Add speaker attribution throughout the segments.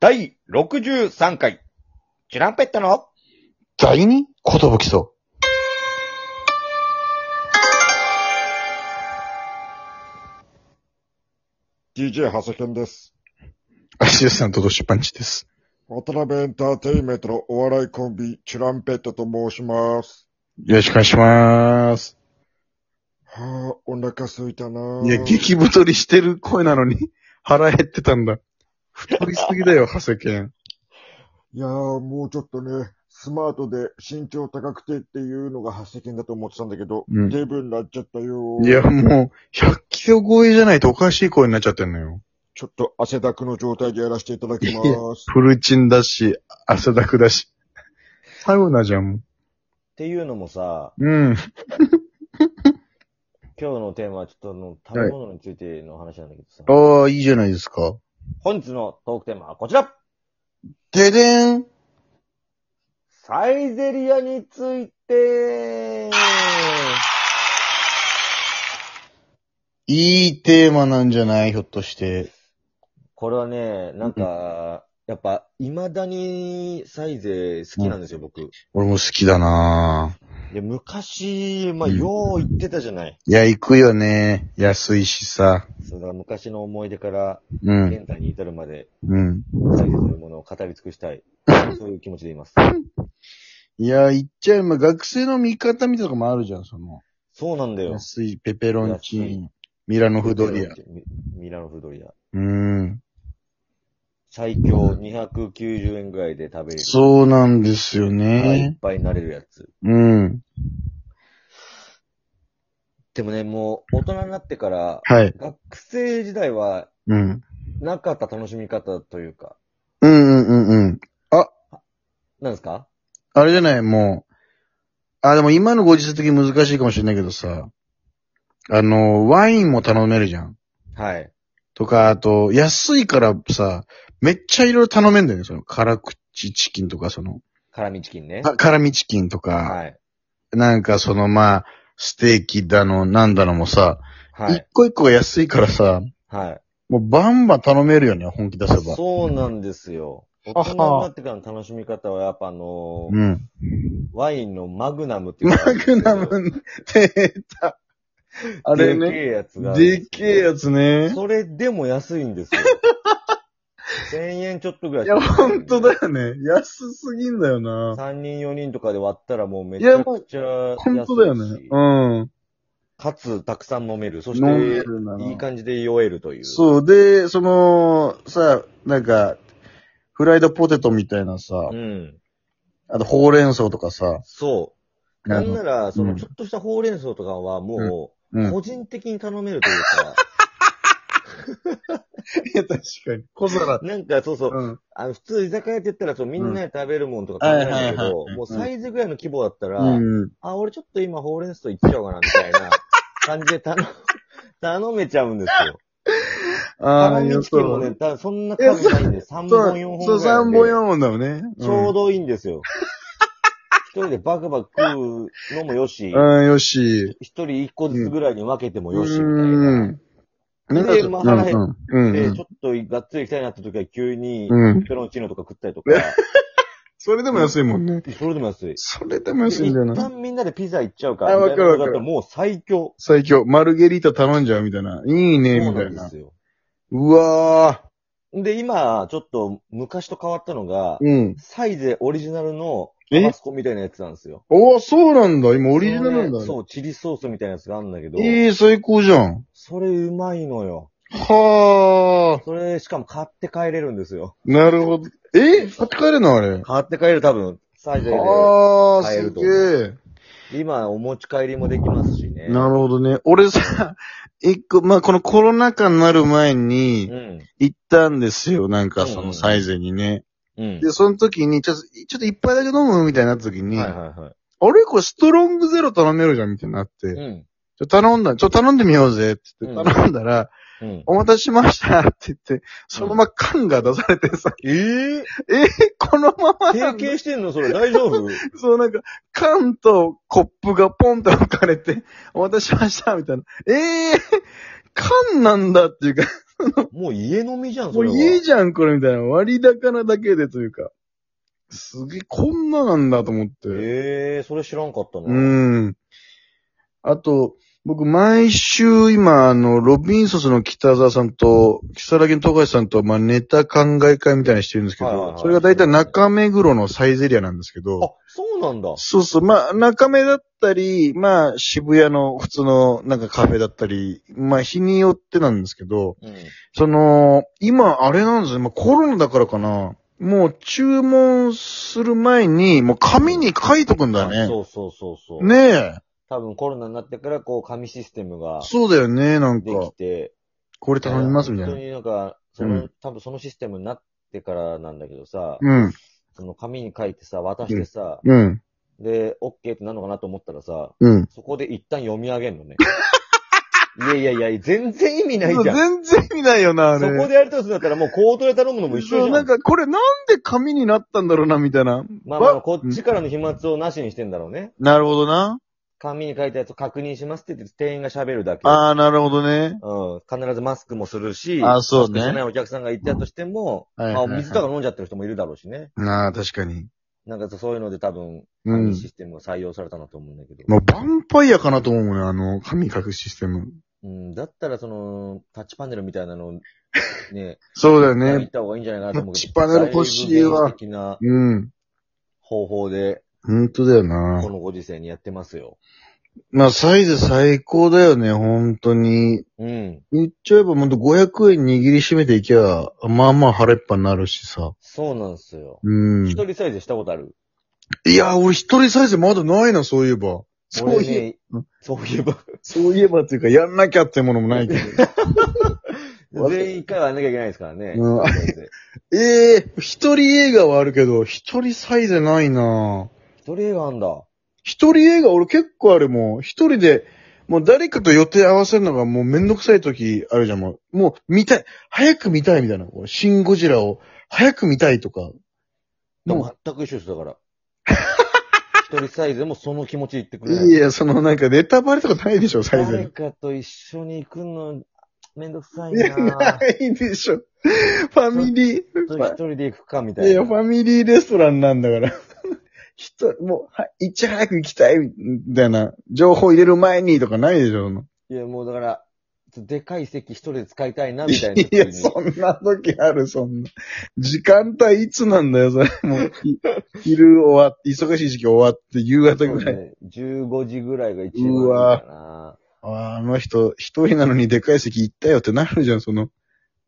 Speaker 1: 第63回、チュランペットの、
Speaker 2: 第二ことぶきそ。
Speaker 3: DJ ハセケンです。
Speaker 2: アシスタントと出版地です。
Speaker 3: 渡辺エンターテインメントのお笑いコンビ、チュランペットと申します。
Speaker 2: よろしくお願いします。
Speaker 3: はぁ、お腹空いたなぁ。
Speaker 2: いや、激太りしてる声なのに腹減ってたんだ。太りすぎだよ、長谷健。
Speaker 3: いやーもうちょっとね、スマートで身長高くてっていうのがハセケンだと思ってたんだけど、
Speaker 2: うん
Speaker 3: デブになっちゃったよ
Speaker 2: い
Speaker 3: ー。
Speaker 2: や、もう、100キロ超えじゃないとおかしい声になっちゃってんのよ。
Speaker 3: ちょっと汗だくの状態でやらせていただきま
Speaker 2: いや
Speaker 3: ーす。
Speaker 2: フルチンだし、汗だくだし。サウナじゃん、も
Speaker 1: っていうのもさ、
Speaker 2: う。うん。
Speaker 1: 今日のテーマはちょっとあの食べ物についての話なんだけどさ、
Speaker 2: ああ、いいじゃないですか。
Speaker 1: 本日のトークテーマはこちら
Speaker 2: ででん
Speaker 1: サイゼリアについて
Speaker 2: いいテーマなんじゃないひょっとして。
Speaker 1: これはね、なんか、やっぱ、未だにサイゼ好きなんですよ、僕。い
Speaker 2: 俺も好きだなぁ。
Speaker 1: や、昔、まあ、
Speaker 2: うん
Speaker 1: よう行ってたじゃない。
Speaker 2: いや、行くよね。安いしさ。
Speaker 1: そうだから昔の思い出から、
Speaker 2: うん。
Speaker 1: 現在に至るまで、
Speaker 2: うん。
Speaker 1: サイゼというものを語り尽くしたい。そういう気持ちでいます。
Speaker 2: いや、言っちゃえば学生の味方みたいなとこもあるじゃん、その。
Speaker 1: そうなんだよ。
Speaker 2: 安いペペロンチー
Speaker 1: 安
Speaker 2: ン、ミラノフドリア。。
Speaker 1: ミミラノフドリア。
Speaker 2: うーん。
Speaker 1: 最強290円ぐらいで食べれる。
Speaker 2: そうなんですよ
Speaker 1: はいいっ
Speaker 2: ね。
Speaker 1: ぱいになれるやつ。
Speaker 2: うん。
Speaker 1: でもね、もう大人になってから、
Speaker 2: はい。
Speaker 1: 学生時代は
Speaker 2: うん。
Speaker 1: なかった楽しみ方というか、
Speaker 2: うんうんうんうん。
Speaker 1: なんですか
Speaker 2: あれじゃない、もう。あ、でも今のご時世的に難しいかもしれないけどさ。あの、ワインも頼めるじゃん。
Speaker 1: はい。
Speaker 2: とか、あと、安いからさ、めっちゃいろいろ頼めんだよね、その、辛口チキンとか、その、
Speaker 1: 辛味チキンね。
Speaker 2: か辛味チキンとか。
Speaker 1: はい。
Speaker 2: なんかそのまあ、ステーキだの、なんだのもさ、
Speaker 1: は
Speaker 2: 一
Speaker 1: い。
Speaker 2: 個一個が安いからさ、
Speaker 1: はい。
Speaker 2: もうバンバン頼めるよね、本気出せば。
Speaker 1: そうなんですよ。大
Speaker 2: あ
Speaker 1: 人になってからの楽しみ方はやっぱあのー
Speaker 2: うん。
Speaker 1: ワインのマグナムっていう
Speaker 2: マ
Speaker 1: のがあるんですけ
Speaker 2: グ
Speaker 1: ど
Speaker 2: ナムってた。あれ
Speaker 1: で
Speaker 2: ね。
Speaker 1: けえやつがあるん
Speaker 2: ですけえやつね。
Speaker 1: それでも安いん ですよ。1000円ちょっとぐらい
Speaker 2: い
Speaker 1: しか
Speaker 2: や、
Speaker 1: 買えないん
Speaker 2: ほん
Speaker 1: で
Speaker 2: とだよね。安すぎんだよな。
Speaker 1: 3人4人とかで割ったらもうめ
Speaker 2: い
Speaker 1: ちゃ
Speaker 2: やもう
Speaker 1: くちゃ安いし。
Speaker 2: ほんとだよね。うん。
Speaker 1: かつ、たくさん飲める。そし
Speaker 2: 飲め
Speaker 1: て、
Speaker 2: るなの
Speaker 1: いい感じで酔えるという。
Speaker 2: そう、で、その、さ、なんか、フライドポテトみたいなさ
Speaker 1: う。、ん。
Speaker 2: あとほうれん草とかさ、
Speaker 1: そう。な
Speaker 2: あの
Speaker 1: んなら、そうの、
Speaker 2: ん
Speaker 1: ちょっとしたほうれん草とかはも
Speaker 2: う
Speaker 1: う、
Speaker 2: ん。
Speaker 1: 個人的に頼めるというか、
Speaker 2: い や、確かに。小皿。
Speaker 1: なんかそうそう、
Speaker 2: うん。
Speaker 1: あの普通居酒屋って言ったら、そう、みんなで食べるもんとか
Speaker 2: うん
Speaker 1: 考えるんだけ
Speaker 2: はいはい
Speaker 1: ど
Speaker 2: はいは、い
Speaker 1: もうサイズぐらいの規模だったら、
Speaker 2: うん。
Speaker 1: あ、俺ちょっと今ほうれん草いっちゃおうかな、みたいな感じで頼、 頼めちゃうんですよ。
Speaker 2: ああ、
Speaker 1: 頼みチキンもね、たそんな数ないんで、3本4本
Speaker 2: そう、
Speaker 1: ぐらいなん
Speaker 2: 3
Speaker 1: で。
Speaker 2: 本4本だよね。
Speaker 1: ちょうどいいんです よ。一人でバクバク食うのもよし、
Speaker 2: うん、よし。
Speaker 1: 一人一個ずつぐらいに分けてもよし、みたい
Speaker 2: うん。なんか
Speaker 1: でまあ腹減っ
Speaker 2: うんう
Speaker 1: な。
Speaker 2: んう
Speaker 1: で、
Speaker 2: ん
Speaker 1: ちょっとがっつり行きたいなって時は急に、
Speaker 2: うん。
Speaker 1: ペペロンチーノとか食ったりとか、
Speaker 2: それでも安いもんね。
Speaker 1: それでも安い。
Speaker 2: それでも安い
Speaker 1: 一
Speaker 2: んだよな。
Speaker 1: 旦みんなでピザ行っちゃうから、
Speaker 2: あわかるわかる
Speaker 1: みたいなことだったもう最強。
Speaker 2: 最強。マルゲリータ頼んじゃうみたいな。いいね、
Speaker 1: そう
Speaker 2: みた
Speaker 1: ないんで
Speaker 2: な
Speaker 1: す。よ。
Speaker 2: うわ
Speaker 1: で、今、ちょっと昔と変わったのが
Speaker 2: ー、うん。
Speaker 1: サイゼオリジナルのタ
Speaker 2: え
Speaker 1: バスコみたいなやつなんですよ。
Speaker 2: おーそうなんだ。今オリジナルなんだ
Speaker 1: それね。そう、チリソースみたいなやつがあるんだけど、
Speaker 2: ええー、最高じゃん。
Speaker 1: それうまいのよ。
Speaker 2: はあ。
Speaker 1: それ、しかも買って帰れるんですよ。
Speaker 2: なるほど。え買って帰れんのあれ。
Speaker 1: 買って帰れる、多分。サイゼで。
Speaker 2: ああ、
Speaker 1: 買え
Speaker 2: す
Speaker 1: ると
Speaker 2: げ
Speaker 1: 思
Speaker 2: え。
Speaker 1: 今、お持ち帰りもできますしね。
Speaker 2: なるほどね。俺さ、 一個、まあ、このコロナ禍になる前に
Speaker 1: うん。
Speaker 2: 行ったんですよ。なんかそ
Speaker 1: うんうん
Speaker 2: のサイゼにね。
Speaker 1: うん。
Speaker 2: で、その時に、ちょっと、ちょっと一杯だけ飲むみたいになった時に、
Speaker 1: はいはいはい。
Speaker 2: あれこれストロングゼロ頼めるじゃんみたいになって、ち
Speaker 1: うん。
Speaker 2: ょ頼んだ、ちょ頼んでみようぜって言って
Speaker 1: うん
Speaker 2: 頼んだら、
Speaker 1: うん。
Speaker 2: お待たせしましたって言って、そのまま缶が出されてさ、
Speaker 1: えぇ、
Speaker 2: えこのままな
Speaker 1: 提
Speaker 2: んだ、
Speaker 1: 携してんのそれ大丈夫
Speaker 2: そうなんか、缶とコップがポンと置かれて、お待たせしましたみたいな。ええ缶なんだっていうか、
Speaker 1: もう家飲みじゃん、
Speaker 2: も
Speaker 1: そうれは。
Speaker 2: 家じゃん、これみたいな。割高なだけでというか。すげえ、こんななんだと思って。
Speaker 1: ええー、それ知らんかったな。
Speaker 2: うん。あと、僕、毎週今、あの、ロビンソスの北沢さんと、木更木の富樫さんと、まあ、ネタ考え会みたいにしてるんですけ
Speaker 1: はいはいは
Speaker 2: ど、
Speaker 1: い
Speaker 2: それが大体中目黒のサイゼリアなんですけど、
Speaker 1: あ、そうなんだ。
Speaker 2: そうそう、まあ、中目だったり、まあ、渋谷の普通のなんかカフェだったり、まあ、日によってなんですけど、
Speaker 1: うん。
Speaker 2: その、今、あれなんですね、まあ、コロナだからかな、もう注文する前に、もう紙に書いとくんだ
Speaker 1: あ
Speaker 2: ね。
Speaker 1: そうそうそうそう。。
Speaker 2: ねえ。
Speaker 1: 多分コロナになってから、こう、紙システムが
Speaker 2: そうだよね、なん
Speaker 1: で
Speaker 2: か。
Speaker 1: きて。
Speaker 2: これ頼みますみたい
Speaker 1: 本当
Speaker 2: な。
Speaker 1: になんか、その、
Speaker 2: うん
Speaker 1: 多分そのシステムになってからなんだけどさ、
Speaker 2: うん、
Speaker 1: その紙に書いてさ、渡してさ、
Speaker 2: うん、
Speaker 1: で、OK ってなるのかなと思ったらさ、
Speaker 2: うん。
Speaker 1: そこで一旦読み上げんのね。 いやいやいや、全然意味ないじゃん。
Speaker 2: 全然見ないよな、あ
Speaker 1: そ
Speaker 2: れ。
Speaker 1: こでやりとすんだったらもうコートで頼むのも一緒
Speaker 2: そう
Speaker 1: じゃ
Speaker 2: なん
Speaker 1: ん。
Speaker 2: か、これなんで紙になったんだろうな、みたいな。
Speaker 1: まあまあ、
Speaker 2: わ
Speaker 1: こっちからの飛沫をなしにしてんだろうね。
Speaker 2: なるほどな。
Speaker 1: 紙に書いたやつを確認しますって言って店員が喋るだけ。
Speaker 2: ああ、なるほどね。
Speaker 1: うん。必ずマスクもするし、
Speaker 2: あーそう
Speaker 1: マス
Speaker 2: ね
Speaker 1: クしてないお客さんがいたとしても、
Speaker 2: うんはいはいはい
Speaker 1: あ、水とか飲んじゃってる人もいるだろうしね。
Speaker 2: なあ、確かに。
Speaker 1: なんかそういうので多分、
Speaker 2: う
Speaker 1: 紙
Speaker 2: ん。
Speaker 1: システムが採用されたんだと思うんだけど。
Speaker 2: もう、ヴァンパイアかなと思うね、あの、紙書くシステム。
Speaker 1: うん、だったらその、タッチパネルみたいなの、ね、
Speaker 2: そうだよ
Speaker 1: 行っ
Speaker 2: ね。
Speaker 1: た方がいいんじゃないかなと思うけど。
Speaker 2: タッチパネル欲しい
Speaker 1: だぶ
Speaker 2: わ
Speaker 1: 原始的な
Speaker 2: うん。
Speaker 1: 方法で、
Speaker 2: 本当だよ
Speaker 1: こ
Speaker 2: な。
Speaker 1: のご時世にやってますよ。
Speaker 2: まあ、サイズ最高だよね、本当に。
Speaker 1: うん。
Speaker 2: 言っちゃえば、ほんと500円握りしめていきゃ、まあまあ腹いっぱいになるしさ。
Speaker 1: そうなんですよ。
Speaker 2: うん。
Speaker 1: 一人サイズしたことある
Speaker 2: いやー、俺一人サイズまだないな、そういえば。そう
Speaker 1: 俺
Speaker 2: いえば、
Speaker 1: ね、そういえ ば、
Speaker 2: そういえばっていうか、やんなきゃっていうものも ないけど。俺
Speaker 1: 全員一回はやんなきゃいけないですからね。
Speaker 2: うん
Speaker 1: 一人サイズ
Speaker 2: ええ一人映画はあるけど、一人サイズないなぁ
Speaker 1: 一人映画あんだ。
Speaker 2: 一人映画俺結構あれもう、一人で、もう誰かと予定合わせるのがもうめんどくさい時あるじゃん、もう。もう見たい。早く見たいみたいな。こうシン・ゴジラを早く見たいとか。
Speaker 1: で
Speaker 2: で
Speaker 1: も
Speaker 2: も
Speaker 1: 全く一緒です、だから。一人サイズもその気持ちで言ってくれない
Speaker 2: い。や、そのなんかネタバレとかないでしょ、サイズ
Speaker 1: 誰
Speaker 2: に。
Speaker 1: かと一緒に行くの、めんどくさい
Speaker 2: いや、
Speaker 1: な
Speaker 2: ないでしょ。ファミリー。
Speaker 1: ちょっと一人で行くか、みた
Speaker 2: いやい
Speaker 1: い
Speaker 2: や、フ
Speaker 1: な。
Speaker 2: ァミリーレストランなんだから。 人、もう、はい、いち早く行きたい、みたいな、情報入れる前にとかないでしょ、そんな。
Speaker 1: いや、もうだから、ちょっとでかい席一人で使いたいな、みたいな時
Speaker 2: い
Speaker 1: に。
Speaker 2: や、そんな時ある、そんな。時間帯いつなんだよ、それ。もう、ひ昼終わって、忙しい時期終わって、夕方ぐらい。
Speaker 1: ね、15時ぐらいが一
Speaker 2: う
Speaker 1: 番いい
Speaker 2: わ
Speaker 1: かな。
Speaker 2: ああ、あの人、一人なのにでかい席行ったよってなるじゃん、その。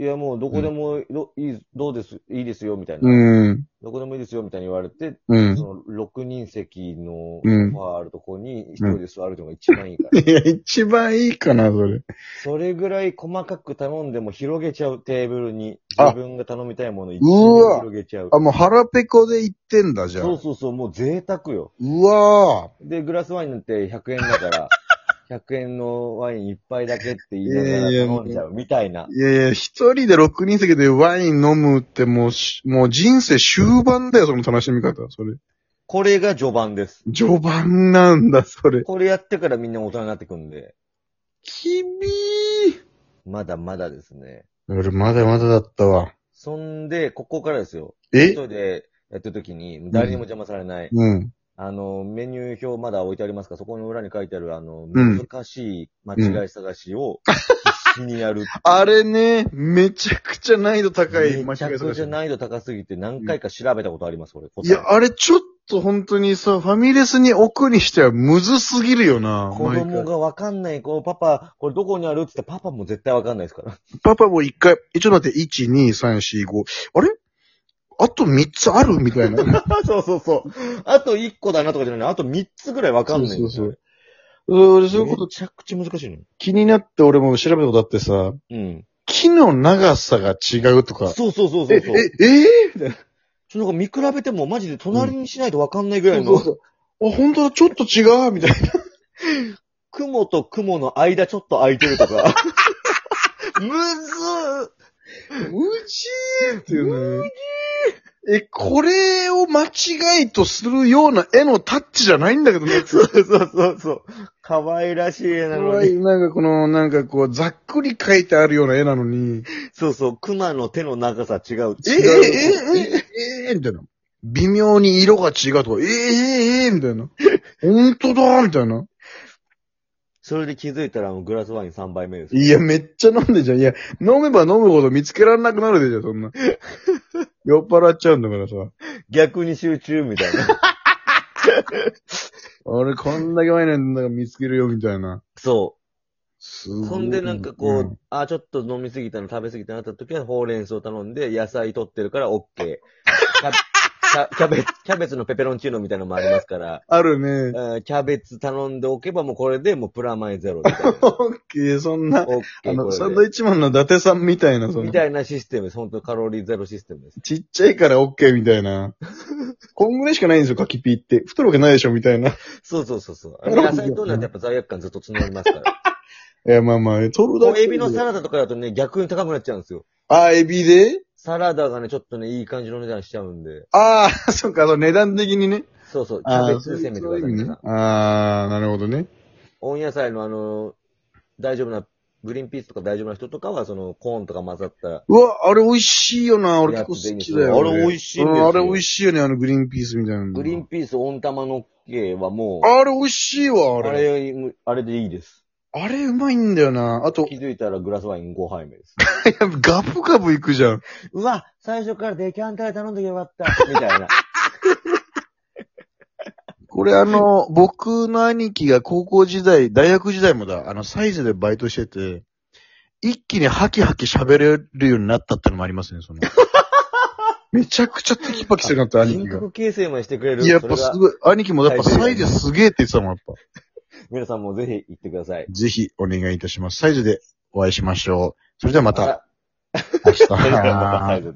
Speaker 1: いや、もうどこでもど、いい、どうです、いいですよ、みたいな。
Speaker 2: うん、
Speaker 1: どこでもいいですよ、みたいに言われて、
Speaker 2: うん。
Speaker 1: その6人席のソ
Speaker 2: うん
Speaker 1: ファーあるとこに一人で座るのが一番いいから。
Speaker 2: いや、一番いいかな、それ。
Speaker 1: それぐらい細かく頼んでも広げちゃうテーブルに、
Speaker 2: あ
Speaker 1: 自分が頼みたいもの一
Speaker 2: う
Speaker 1: 面
Speaker 2: わ
Speaker 1: 広げちゃう。
Speaker 2: あ、もう腹ペコで行ってんだ、じゃあ。
Speaker 1: そうそうそう、もう贅沢よ。
Speaker 2: うわー。
Speaker 1: で、グラスワインなんて100円だ から、100円のワイン一杯だけって言いながら
Speaker 2: いやいや
Speaker 1: 頼んじゃうみたいな。
Speaker 2: いやいや、一人で六人席でワイン飲むってもうし、もう人生終盤だよ、その楽しみ方。それ。
Speaker 1: これが序盤です。
Speaker 2: 序盤なんだ、それ。
Speaker 1: これやってからみんな大人になってくんで、
Speaker 2: きびー。
Speaker 1: まだまだですね。
Speaker 2: 俺、まだまだだったわ。
Speaker 1: そんで、ここからですよ。一
Speaker 2: え
Speaker 1: 人でやってる時に、誰にも邪魔されない。
Speaker 2: うん。
Speaker 1: あの、メニュー表まだ置いてありますかそこの裏に書いてある、あの、
Speaker 2: ん
Speaker 1: 難しい間違い探しを必死にやる。
Speaker 2: あれね、めちゃくちゃ難易度高い
Speaker 1: めちゃ
Speaker 2: 間違
Speaker 1: く
Speaker 2: い探
Speaker 1: ち
Speaker 2: し
Speaker 1: ゃ難易度高すぎて何回か調べたことあります、俺。
Speaker 2: いや、あれちょっと本当にさ、ファミレスに置くにしてはむずすぎるよな。
Speaker 1: 子
Speaker 2: 毎
Speaker 1: 供
Speaker 2: 回
Speaker 1: がわかんない、こう、パパ、これどこにあるって言って、パパも絶対わかんないです から。
Speaker 2: パパも一回、え、ちょっと待って、1、2、3、4、5。あれあと3つあるみたいな。
Speaker 1: そうそうそう。あと1個だなとかじゃないあと3つぐらいわかんないん
Speaker 2: そ
Speaker 1: で
Speaker 2: う
Speaker 1: す
Speaker 2: そ
Speaker 1: よ。
Speaker 2: う そう。俺、そういうこと
Speaker 1: めちゃくちゃ難しいの。
Speaker 2: 気になって俺も調べたことあってさ、
Speaker 1: うん。
Speaker 2: 木の長さが違うとか。
Speaker 1: そうそうそうそ
Speaker 2: え、
Speaker 1: うそう。
Speaker 2: え、ええみたいな。
Speaker 1: ちょっとなんか見比べてもマジで隣にしないとわかんないぐら
Speaker 2: そ
Speaker 1: いう
Speaker 2: そう
Speaker 1: の。
Speaker 2: そう。あ、本当だ、ちょっと違うみたいな。
Speaker 1: 雲と雲の間ちょっと空いてると か。むず
Speaker 2: うちーっていうね。え、これを間違いとするような絵のタッチじゃないんだけどね。
Speaker 1: ーそうそうそうそう。可愛らしい絵な
Speaker 2: 可
Speaker 1: の
Speaker 2: 愛い
Speaker 1: に。
Speaker 2: なんかこの、なんかこう、ざっくり書いてあるような絵なのに、
Speaker 1: そうそう、熊の手の長さ違う。
Speaker 2: ええ
Speaker 1: 違う。
Speaker 2: えええええみたいな。微妙に色が違うとか、ええええみたいな。本当だみたいな。
Speaker 1: それで気づいたらもうグラスワイン3杯目です。
Speaker 2: いや、めっちゃ飲んでんじゃん。いや、飲めば飲むほど見つけられなくなるでしょ、そんな。酔っ払っちゃうんだからさ。
Speaker 1: 逆に集中みたいな。
Speaker 2: 俺、こんだけ前なんだから見つけるよ、みたいな。
Speaker 1: そ
Speaker 2: す
Speaker 1: う。
Speaker 2: ごい。
Speaker 1: そんでなんかこう、
Speaker 2: うん
Speaker 1: あ、ちょっと飲みすぎたの、食べすぎたなった時はほうれん草頼んで、野菜取ってるから OK。キャキャキャベツ、キャベツのペペロンチーノみたいなのもありますから。
Speaker 2: あるね。
Speaker 1: うんキャベツ頼んでおけばもうこれでもうプラマイゼロみた いな。
Speaker 2: オッケー、そんな、
Speaker 1: オッケ
Speaker 2: あ
Speaker 1: ー
Speaker 2: の、サ
Speaker 1: こ
Speaker 2: ンド
Speaker 1: れ
Speaker 2: イッチマンの伊達さんみたいな、
Speaker 1: で。
Speaker 2: そ
Speaker 1: み
Speaker 2: の、
Speaker 1: たいなシステムです。本当カロリーゼロシステムです。
Speaker 2: ちっちゃいからオッケーみた いな。こんぐらいしかないんですよ、カキピーって。太るわけないでしょ、み たいな。い
Speaker 1: そうそうそうそう。
Speaker 2: なるほど
Speaker 1: 野菜となんてやっぱ罪悪感ずっと募ります から。
Speaker 2: や、まあまあ、取る
Speaker 1: も
Speaker 2: だ
Speaker 1: う
Speaker 2: け。
Speaker 1: エビのサラダとかだとね、逆に高くなっちゃうんですよ。
Speaker 2: あ、エビで
Speaker 1: サラダがね、ちょっとね、いい感じの値段しちゃうんで。
Speaker 2: ああ、 そっか、あの値段的にね。
Speaker 1: そうそう、キ
Speaker 2: あ
Speaker 1: ャ
Speaker 2: ー
Speaker 1: ベツせめてく
Speaker 2: そ
Speaker 1: だ
Speaker 2: ういう
Speaker 1: さ
Speaker 2: 意
Speaker 1: い
Speaker 2: 味
Speaker 1: 皆
Speaker 2: ね
Speaker 1: さん。
Speaker 2: ああ、なるほどね。
Speaker 1: 温野菜のあの、大丈夫な、グリーンピースとか大丈夫な人とかは、その、コーンとか混ざった。
Speaker 2: うわ、あれ美味しいよな、俺結構好きだよ。
Speaker 1: あれ美味しいんですよ
Speaker 2: うんあれ美味しいよね、あのグリーンピースみたいなの。
Speaker 1: グリーンピース温玉のっけはもう、
Speaker 2: あれ美味しいわ、あ
Speaker 1: あ
Speaker 2: れ。
Speaker 1: れ、あれでいいです。
Speaker 2: あれうまいんだよな。あと、
Speaker 1: 気づいたらグラスワイン5杯目です。
Speaker 2: ガブガブいくじゃん。
Speaker 1: うわ、最初からデキャンター頼んでよか った。みたいな。
Speaker 2: これあの、僕の兄貴が高校時代、大学時代もだ、あの、サイズでバイトしてて、一気にハキハキ喋れるようになったってのもありますね、 その。めちゃくちゃテキパキするようになった、兄
Speaker 1: 人
Speaker 2: 貴が。
Speaker 1: 格形成までしてくれる。
Speaker 2: いや、やっ
Speaker 1: そ
Speaker 2: ぱ
Speaker 1: れ
Speaker 2: す
Speaker 1: が
Speaker 2: ごい、兄貴もやっぱサイズすげえって言ってたもん、やっぱ。
Speaker 1: 皆さんもぜひ行ってください。
Speaker 2: ぜひお願いいたします。サイズでお会いしましょう。それではまた、
Speaker 1: あ
Speaker 2: 明日。
Speaker 1: それではまたサイズで。